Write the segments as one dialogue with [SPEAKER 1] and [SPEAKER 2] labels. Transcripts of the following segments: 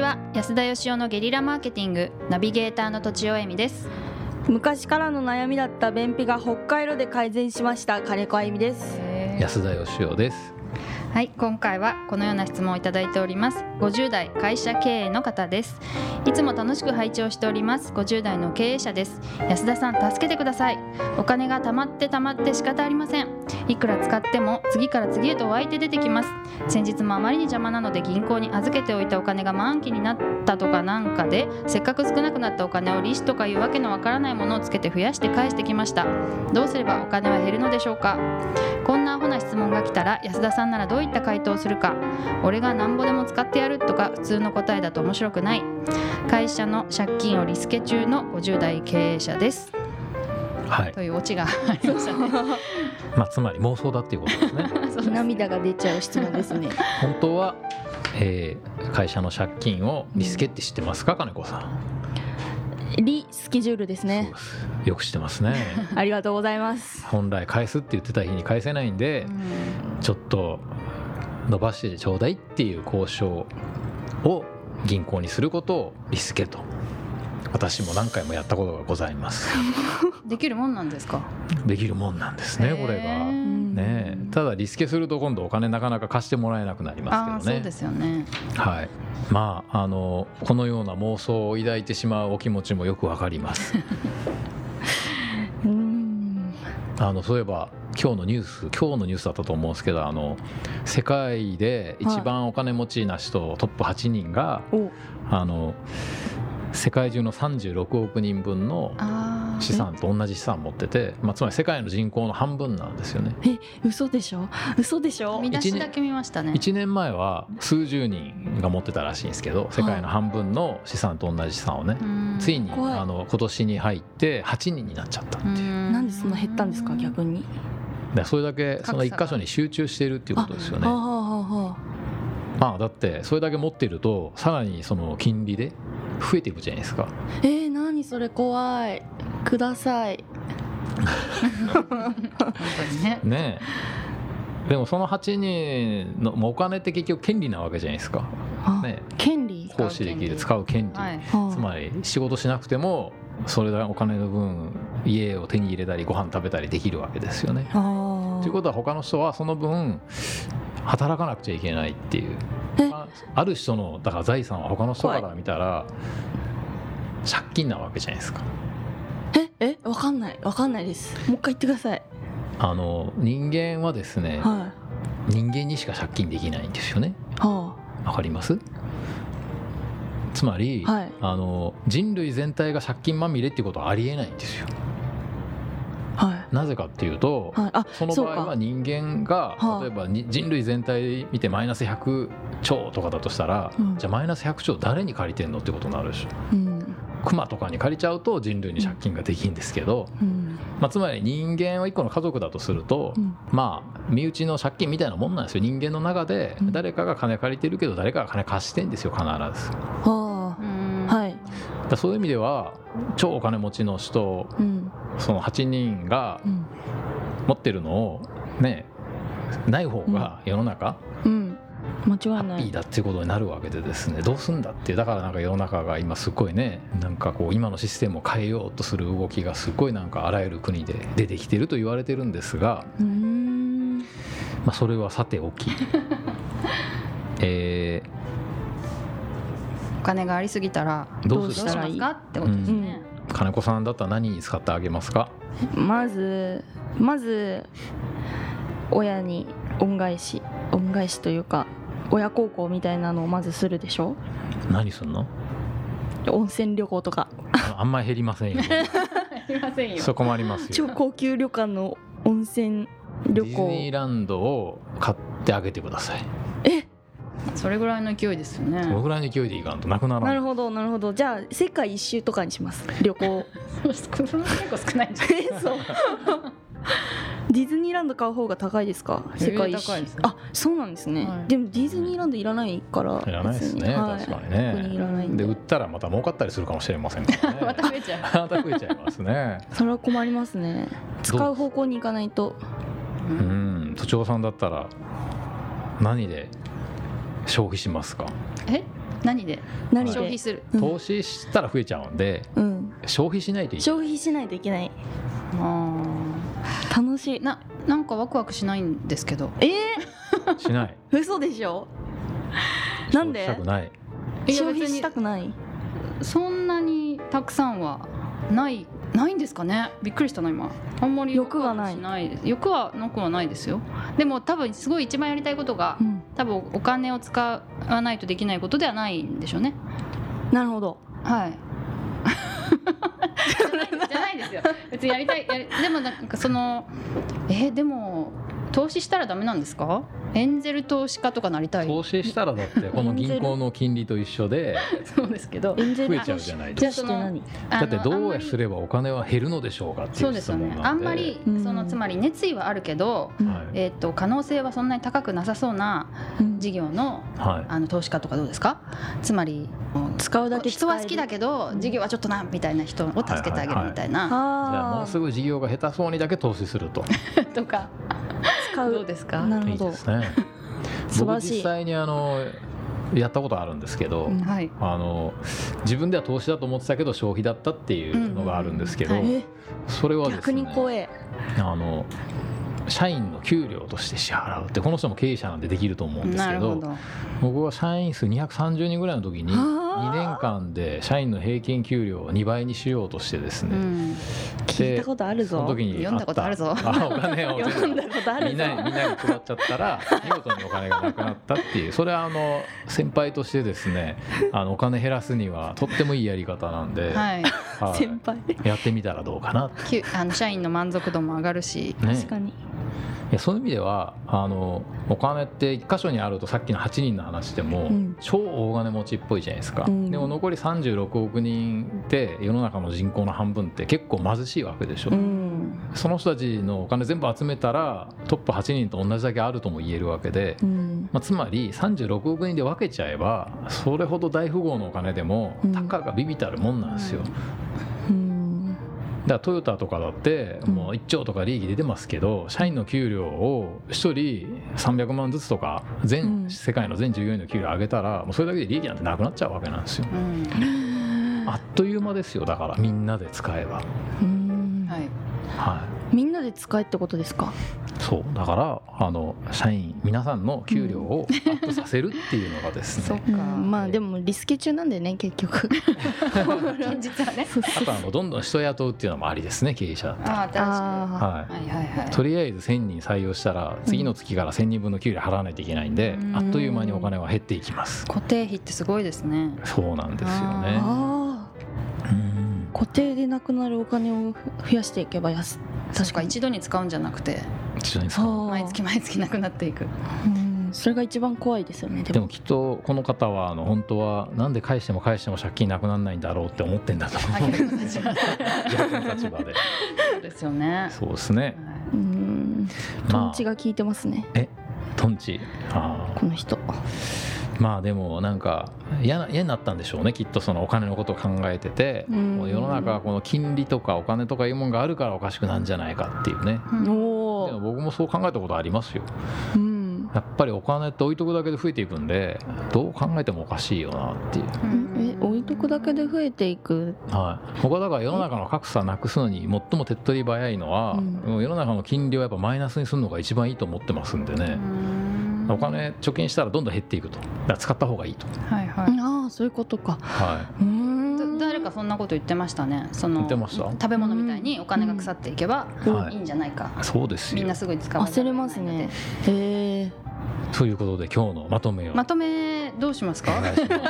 [SPEAKER 1] は安田義雄のゲリラマーケティングナビゲーターの土地尾恵美です
[SPEAKER 2] 昔からの悩みだった便秘が北海道で改善しました金子あゆみです
[SPEAKER 3] 安田義雄です
[SPEAKER 1] はい今回はこのような質問をいただいております50代会社経営の方ですいつも楽しく拝聴しております50代の経営者です安田さん助けてくださいお金が貯まって貯まって仕方ありませんいくら使っても次から次へと湧いて出てきます先日もあまりに邪魔なので銀行に預けておいたお金が満期になったとかなんかでせっかく少なくなったお金を利子とかいうわけのわからないものをつけて増やして返してきましたどうすればお金は減るのでしょうかこんなアホな質問が来たら安田さんならどういった回答をするか俺がなんぼでも使ってやるとか普通の答えだと面白くない会社の借金をリスケ中の50代経営者です
[SPEAKER 3] はい
[SPEAKER 1] というオチがありましたね
[SPEAKER 3] まあつまり妄想だっていうことですね
[SPEAKER 1] そうです
[SPEAKER 2] 涙が出ちゃう質問ですね
[SPEAKER 3] 本当は、えー会社の借金をリスケって知ってますか金子さん
[SPEAKER 2] リスケジュールですね
[SPEAKER 3] そうですよく知ってま すね
[SPEAKER 2] ありがとうございます
[SPEAKER 3] 本来返すって言ってた日に返せないんで
[SPEAKER 1] うん
[SPEAKER 3] ちょっと伸ばしてちょうだいっていう交渉を銀行にすることをリスケと私も何回もやったことがござい ます
[SPEAKER 1] できるもんなんですか
[SPEAKER 3] できるもんなんですねこれ
[SPEAKER 1] へ
[SPEAKER 3] が。
[SPEAKER 1] ー
[SPEAKER 3] ねえ、ただリスケすると今度お金なかなか貸してもらえなくなり
[SPEAKER 1] あ
[SPEAKER 3] ま
[SPEAKER 1] あ
[SPEAKER 3] すけ
[SPEAKER 1] そうで
[SPEAKER 3] どね。
[SPEAKER 1] すよね
[SPEAKER 3] はい。まああのこのような妄想を抱いてしまうお気持ちもよくわかります。
[SPEAKER 2] うん
[SPEAKER 3] あのそういえば今日のニュース今日のニュースだったと思うんですけどあの世界で一番お金持ちな人、トップ8人が
[SPEAKER 2] お
[SPEAKER 3] あの世界中の36億人分の
[SPEAKER 1] ああ
[SPEAKER 3] 資産と同じ資産持ってて、まあ、つまり世界の人口の半分なんですよね。
[SPEAKER 2] 嘘でしょ嘘でしょ
[SPEAKER 1] 見出しだけ見ましたね
[SPEAKER 3] 1年前は数十人が持ってたらしいんですけど世界の半分の資産と同じ資産をね、
[SPEAKER 1] うん
[SPEAKER 3] ついに
[SPEAKER 2] 怖い
[SPEAKER 3] あの今年に入って8人になっちゃったっていう、
[SPEAKER 2] なんでそんな減ったんですか逆に
[SPEAKER 3] でそれだけその
[SPEAKER 1] 格差
[SPEAKER 3] 1
[SPEAKER 1] が
[SPEAKER 3] 箇所に集中しているっていうことですよね
[SPEAKER 2] はあはあは
[SPEAKER 3] まあだってそれだけ持っているとさらにその金利で増えていくじゃないですか
[SPEAKER 2] あえー、何それ怖いください
[SPEAKER 1] 本当にね
[SPEAKER 3] ねえでもその8人のもうお金って結局権利なわけじゃないですか、
[SPEAKER 2] あ
[SPEAKER 3] ね
[SPEAKER 2] 権利
[SPEAKER 3] え、行使できる使う権利、
[SPEAKER 1] はい
[SPEAKER 3] つ
[SPEAKER 2] つ
[SPEAKER 3] まり仕事しなくてもそれだけお金の分家を手に入れたりご飯食べたりできるわけですよね。
[SPEAKER 2] あ
[SPEAKER 3] ということは他の人はその分働かなくちゃいけないっていう
[SPEAKER 2] え
[SPEAKER 3] あある人のだから財産は他の人から見たら借金なわけじゃないですか。
[SPEAKER 2] とええわかんないわかんないですもう一回言ってください
[SPEAKER 3] あの人間はですね
[SPEAKER 2] は
[SPEAKER 3] 人間にしか借金できないんですよね。
[SPEAKER 2] いは
[SPEAKER 3] わかりますつまり、
[SPEAKER 2] あはい
[SPEAKER 3] あの人類全体が借金まみれっていうことはありえないんですよ。
[SPEAKER 2] は
[SPEAKER 3] なぜかっていうと、
[SPEAKER 2] いはいあ
[SPEAKER 3] その
[SPEAKER 2] そう
[SPEAKER 3] 場合
[SPEAKER 2] か
[SPEAKER 3] は人間が
[SPEAKER 2] はあ
[SPEAKER 3] 例えばに人類全体見てマイナス100兆とかだとしたら、
[SPEAKER 2] うん
[SPEAKER 3] じゃあマイナス100兆誰に借りてんのってことになるでしょ
[SPEAKER 2] うん
[SPEAKER 3] クマとかに借りちゃうと人類に借金ができんですけど、
[SPEAKER 2] うん
[SPEAKER 3] まあ、つまり人間は一個の家族だとすると、
[SPEAKER 2] うん
[SPEAKER 3] まあ身内の借金みたいなもんなんですよ人間の中で
[SPEAKER 2] うん
[SPEAKER 3] 誰かが金借りてるけど誰かが金貸してんですよ必ず。
[SPEAKER 2] は
[SPEAKER 1] うん
[SPEAKER 2] あはい
[SPEAKER 3] だからそういう意味では超お金持ちの人
[SPEAKER 2] うん
[SPEAKER 3] その8人が
[SPEAKER 2] うん
[SPEAKER 3] 持ってるのをねない方が世の中、
[SPEAKER 2] うん間違
[SPEAKER 3] ハ
[SPEAKER 2] いな
[SPEAKER 3] ッピー
[SPEAKER 2] い
[SPEAKER 3] だっていうことになるわけでですねどうすんだっていうだからなんか世の中が今すごいねなんかこう今のシステムを変えようとする動きがすごいなんかあらゆる国で出てきてると言われてるんですが、
[SPEAKER 2] うーん
[SPEAKER 3] まあ、それはさてお きえ
[SPEAKER 1] お金がありすぎたら
[SPEAKER 3] ーどう
[SPEAKER 1] ど
[SPEAKER 3] す
[SPEAKER 1] う
[SPEAKER 3] る
[SPEAKER 1] し
[SPEAKER 2] どう
[SPEAKER 3] か
[SPEAKER 2] し
[SPEAKER 1] ますかってことですね、
[SPEAKER 3] 金子さんだったら何に使ってあげますか
[SPEAKER 2] まずまず親に恩返し恩返しというか親孝行みたいなのをまずするでしょ
[SPEAKER 3] 何すんの
[SPEAKER 2] 温泉旅行とか
[SPEAKER 3] ああんまり減りませんよ
[SPEAKER 1] いませんよ
[SPEAKER 3] そこもあります
[SPEAKER 2] 超
[SPEAKER 3] よ
[SPEAKER 2] 高級旅館の温泉
[SPEAKER 3] デ
[SPEAKER 2] 旅
[SPEAKER 3] ィズニー
[SPEAKER 2] 行
[SPEAKER 3] ランドを買ってあげてください
[SPEAKER 2] え
[SPEAKER 1] それぐらいの勢いですよね
[SPEAKER 3] そのぐらいの勢いでいかんとなくならん
[SPEAKER 2] なるほどなるほどじゃあ世界一周とかにします旅行
[SPEAKER 1] 結構少ないんじゃ
[SPEAKER 2] えそうディズニーランド買う方が高いですか
[SPEAKER 1] えー
[SPEAKER 2] 世界一周
[SPEAKER 1] 高いですね
[SPEAKER 2] あそうなんですね、
[SPEAKER 1] はい
[SPEAKER 2] でもディズニーランドいらないから
[SPEAKER 3] いらないです
[SPEAKER 2] 別
[SPEAKER 3] ね、
[SPEAKER 2] にはい
[SPEAKER 3] 確かに
[SPEAKER 2] ここにい
[SPEAKER 3] ね
[SPEAKER 2] らないん
[SPEAKER 3] で
[SPEAKER 2] で
[SPEAKER 3] 売ったらまた儲かったりするかもしれません からね
[SPEAKER 1] また増えちゃ
[SPEAKER 3] また増えちゃいますね
[SPEAKER 2] それは困りますね使う方向に行かないと
[SPEAKER 1] う、う
[SPEAKER 3] うんん都庁さんだったら何で消費しますか
[SPEAKER 1] え何で
[SPEAKER 2] 何
[SPEAKER 1] 消
[SPEAKER 2] で
[SPEAKER 1] 費する、
[SPEAKER 2] うん
[SPEAKER 3] 投資したら増えちゃうんで
[SPEAKER 2] うん
[SPEAKER 3] 消費しないといけない
[SPEAKER 2] 消費しないといけない
[SPEAKER 1] あ
[SPEAKER 2] 楽しい
[SPEAKER 1] ーななんかワクワクしないんですけど
[SPEAKER 2] え
[SPEAKER 3] しない
[SPEAKER 2] ー、嘘でしょなんで
[SPEAKER 3] 消費したくない
[SPEAKER 1] いや
[SPEAKER 2] 消費
[SPEAKER 1] 別に
[SPEAKER 2] したくない
[SPEAKER 1] そんなにたくさんはないないんですかねびっくりしたな今あんまり
[SPEAKER 2] 欲はない
[SPEAKER 1] 欲はない欲はなくはないですよでも多分すごい一番やりたいことが
[SPEAKER 2] うん
[SPEAKER 1] 多分お金を使わないとできないことではないんでしょうね
[SPEAKER 2] なるほど
[SPEAKER 1] はい じゃないじゃないですよ別にやりたいやりでもなんかそのえーでも投資したらダメなんですかエンゼル投資家とかなりたい
[SPEAKER 3] 投資したらだってこの銀行の金利と一緒で
[SPEAKER 1] そうですけど
[SPEAKER 2] エンゼ
[SPEAKER 3] 増
[SPEAKER 2] ル
[SPEAKER 3] えちゃうじゃない
[SPEAKER 2] 投
[SPEAKER 3] で
[SPEAKER 1] じゃ
[SPEAKER 2] 資
[SPEAKER 1] あそ
[SPEAKER 2] して
[SPEAKER 1] の
[SPEAKER 2] 何
[SPEAKER 1] あ
[SPEAKER 3] だ
[SPEAKER 1] の
[SPEAKER 3] ってど
[SPEAKER 1] あ
[SPEAKER 3] うん
[SPEAKER 1] まり
[SPEAKER 3] すればお金は減るのでしょうかって
[SPEAKER 1] そ
[SPEAKER 3] いうう
[SPEAKER 1] です
[SPEAKER 3] 質
[SPEAKER 1] よ
[SPEAKER 3] 問なん
[SPEAKER 1] ね
[SPEAKER 3] で
[SPEAKER 1] あんまり
[SPEAKER 2] うん
[SPEAKER 1] そのつまり熱意はあるけど、
[SPEAKER 3] はい
[SPEAKER 1] えー、と可能性はそんなに高くなさそうな
[SPEAKER 2] うん
[SPEAKER 1] 事業の
[SPEAKER 3] はい
[SPEAKER 1] あの投資家とかどうですかつまり
[SPEAKER 2] 使うだけ
[SPEAKER 1] 人は好きだ
[SPEAKER 2] け
[SPEAKER 1] けど
[SPEAKER 2] うん
[SPEAKER 1] 事業はちょっとなみたいな人を助けてあげるみたいな、
[SPEAKER 3] じゃあも
[SPEAKER 2] あ
[SPEAKER 3] のす
[SPEAKER 2] あ
[SPEAKER 3] ごい事業が下手そうにだけ投資すると
[SPEAKER 1] とか
[SPEAKER 2] 使
[SPEAKER 1] どう
[SPEAKER 2] う
[SPEAKER 1] ですか
[SPEAKER 2] なるほ
[SPEAKER 3] いいで
[SPEAKER 2] ど
[SPEAKER 3] すね
[SPEAKER 2] 素晴
[SPEAKER 3] 僕
[SPEAKER 2] らし
[SPEAKER 3] 実
[SPEAKER 2] い
[SPEAKER 3] 際にあのやったことあるんですけど、
[SPEAKER 2] うん
[SPEAKER 1] はい
[SPEAKER 3] あの自分では投資だと思ってたけど消費だったっていうのがあるんですけど、
[SPEAKER 1] うんうん
[SPEAKER 2] え
[SPEAKER 3] それはです
[SPEAKER 2] 逆
[SPEAKER 3] ね
[SPEAKER 2] に怖え
[SPEAKER 3] あの社員の給料として支払うってこの人も経営者なんでできると思うんです
[SPEAKER 1] な
[SPEAKER 3] け
[SPEAKER 1] るほ
[SPEAKER 3] ど
[SPEAKER 1] ど
[SPEAKER 3] 僕は社員数230人ぐらいの時に
[SPEAKER 2] あー
[SPEAKER 3] 2年間で社員の平均給料を2倍にしようとしてです
[SPEAKER 1] う
[SPEAKER 3] ね、
[SPEAKER 1] ん
[SPEAKER 2] 聞いたことある
[SPEAKER 3] そ
[SPEAKER 2] ぞ
[SPEAKER 3] の時に
[SPEAKER 1] 読んだことあるぞ
[SPEAKER 3] あったあお 金を
[SPEAKER 2] 読んだことあるぞ
[SPEAKER 3] みんなにみんなに配っちゃった ら見事にお金がなくなったっていうそれはあの先輩としてです ねあのお金減らすにはとってもいいやり方なんで、
[SPEAKER 1] はい
[SPEAKER 3] はい
[SPEAKER 2] 先輩
[SPEAKER 3] やってみたらどうかなって
[SPEAKER 1] きゅあの社員の満足度も上がるし
[SPEAKER 3] ね
[SPEAKER 2] 確かに
[SPEAKER 3] いやそういう意味ではあのお金って一箇所にあるとさっきの8人の話でも、
[SPEAKER 2] うん
[SPEAKER 3] 超大金持ちっぽいじゃないですか、
[SPEAKER 2] うん
[SPEAKER 3] でも残り36億人って世の中の人口の半分って結構貧しいわけでしょ、
[SPEAKER 2] うん
[SPEAKER 3] その人たちのお金全部集めたらトップ8人と同じだけあるとも言えるわけで、
[SPEAKER 2] うん
[SPEAKER 3] まあ、つまり36億人で分けちゃえばそれほど大富豪のお金でも
[SPEAKER 2] うん
[SPEAKER 3] たかがビビたるもんなんですよ、
[SPEAKER 1] うん
[SPEAKER 3] だか
[SPEAKER 2] うん
[SPEAKER 3] らトヨタとかだって
[SPEAKER 2] うん
[SPEAKER 3] もう1兆とか利益出てますけど社員の給料を1人300万ずつとか
[SPEAKER 2] う
[SPEAKER 3] 全
[SPEAKER 2] ん
[SPEAKER 3] 世界の全従業員の給料上げたらもうそれだけで利益なんてなくなっちゃうわけなんですよ
[SPEAKER 1] うん
[SPEAKER 3] あっという間ですよだからみんなで使えば
[SPEAKER 2] うん
[SPEAKER 1] はい
[SPEAKER 3] はい
[SPEAKER 2] みんなで使えってことですか
[SPEAKER 3] そうだからあの社員皆さんの給料をアップさせるっていうのが です
[SPEAKER 1] そっ
[SPEAKER 3] ね、
[SPEAKER 1] か
[SPEAKER 2] うんまあでもリスケ中なんでね結局
[SPEAKER 1] 現実はね
[SPEAKER 3] あとあのどんどん人雇うっていうのもありですね経営者
[SPEAKER 1] ああ
[SPEAKER 2] あ
[SPEAKER 3] は
[SPEAKER 1] 新しくはいはいはい
[SPEAKER 3] いとりあえず1000人採用したら次の月から1000人分の給料払わないといけないんで
[SPEAKER 1] うん
[SPEAKER 3] あっという間にお金は減っていきます
[SPEAKER 1] 固定費ってすごいですね
[SPEAKER 3] そうなんですよ
[SPEAKER 2] ー
[SPEAKER 3] ね
[SPEAKER 2] あ
[SPEAKER 3] うん
[SPEAKER 2] ー固定でなくなるお金を増やしていけば安
[SPEAKER 1] 確か一度に使うんじゃなくて
[SPEAKER 3] 一緒に使う
[SPEAKER 2] そう
[SPEAKER 1] 毎月毎月なくなっていく
[SPEAKER 2] うんそれが一番怖いですよね
[SPEAKER 3] で
[SPEAKER 2] で
[SPEAKER 3] も
[SPEAKER 2] も
[SPEAKER 3] きっとこの方はあの本当はなんで返しても返しても借金なくならないんだろうって思ってんだと思う
[SPEAKER 1] 逆の立場で
[SPEAKER 3] 逆の立場で
[SPEAKER 1] そうですよね
[SPEAKER 3] そうですね
[SPEAKER 1] は
[SPEAKER 2] うんトン
[SPEAKER 3] ま
[SPEAKER 2] チ
[SPEAKER 3] あ
[SPEAKER 2] が効いてますね
[SPEAKER 3] トンチあー
[SPEAKER 2] この人
[SPEAKER 3] まあでもなんか嫌な嫌になったんでしょうねきっとそのお金のことを考えてて、
[SPEAKER 2] うん
[SPEAKER 3] もう世の中はこの金利とかお金とかいうもんがあるからおかしくなんじゃないかっていうね
[SPEAKER 1] いうん
[SPEAKER 2] お
[SPEAKER 3] でも
[SPEAKER 2] お
[SPEAKER 3] 僕もそう考えたことありますよ
[SPEAKER 2] うん
[SPEAKER 3] やっぱりお金って置いとくだけで増えていくんでどう考えてもおかしいよなっていう、
[SPEAKER 2] え置いとくだけで増えていく
[SPEAKER 3] はい、僕はだから世の中の格差なくすのに最も手っ取り早いのは、
[SPEAKER 2] うん
[SPEAKER 3] もう世の中の金利をやっぱマイナスにするのが一番いいと思ってますんで
[SPEAKER 1] う
[SPEAKER 3] ね、
[SPEAKER 1] ん
[SPEAKER 3] お金貯金したらどんどん減っていくとだから使った方がいいと、
[SPEAKER 1] はいは
[SPEAKER 2] ああそういうことか
[SPEAKER 3] は
[SPEAKER 2] う
[SPEAKER 1] いだ
[SPEAKER 2] ん
[SPEAKER 1] 誰かそんなこと言ってましたねその
[SPEAKER 3] 言ってました
[SPEAKER 1] 食べ物みたいにお金が腐っていけば
[SPEAKER 3] いはい
[SPEAKER 1] いいんじゃないか、
[SPEAKER 3] そうです
[SPEAKER 1] みん
[SPEAKER 3] よ
[SPEAKER 1] なすぐに使わざ
[SPEAKER 2] 焦
[SPEAKER 1] る
[SPEAKER 2] り
[SPEAKER 1] を得ない
[SPEAKER 2] ますねへえ
[SPEAKER 3] ということで今日のまとめを
[SPEAKER 1] まとめどうします
[SPEAKER 3] お
[SPEAKER 1] か
[SPEAKER 3] 願いします
[SPEAKER 1] 猫さ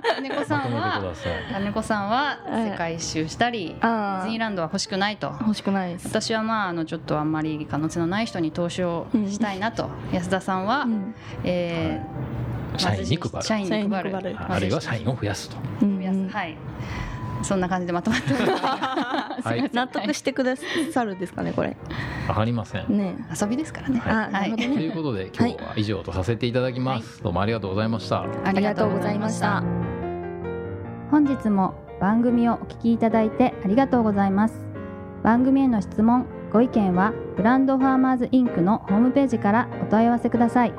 [SPEAKER 3] まと
[SPEAKER 1] ん
[SPEAKER 3] めてく
[SPEAKER 1] は
[SPEAKER 3] ださい。
[SPEAKER 1] 猫さんは世界一周したりディ
[SPEAKER 2] あ
[SPEAKER 1] ズニー
[SPEAKER 2] あ
[SPEAKER 1] ランドは欲しくないと
[SPEAKER 2] 欲しくないです
[SPEAKER 1] 私はまああのちょっとあんまり可能性のない人に投資をしたいなと、安田さんは、
[SPEAKER 2] うん
[SPEAKER 1] えー
[SPEAKER 3] 社員に配る。
[SPEAKER 1] 社員に配
[SPEAKER 2] 社員に配
[SPEAKER 1] る
[SPEAKER 2] る
[SPEAKER 3] あるいは社員を増やすと。
[SPEAKER 2] うん
[SPEAKER 1] 安はいそんな感じでまとまっております
[SPEAKER 3] はい
[SPEAKER 1] すいま
[SPEAKER 2] 納
[SPEAKER 1] せん
[SPEAKER 2] 得してくださるんですかねこれ
[SPEAKER 3] わかりません。
[SPEAKER 2] ねえ
[SPEAKER 1] 遊びですからね
[SPEAKER 2] あ
[SPEAKER 3] は
[SPEAKER 2] なるほど
[SPEAKER 3] と
[SPEAKER 2] ね
[SPEAKER 3] いうことで今日は以上とさせていただきます。どうもありがとうございました。
[SPEAKER 1] あ
[SPEAKER 2] ありがとうございました
[SPEAKER 1] 本日も番組をお聞きいただいてありがとうございます番組への質問ご意見はブランドファーマーズインクのホームページからお問い合わせください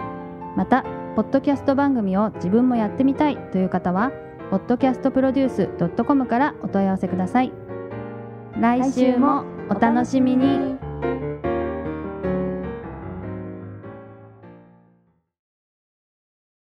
[SPEAKER 1] またポッドキャスト番組を自分もやってみたいという方は podcastproduce.com からお問い合わせください来週もお楽しみに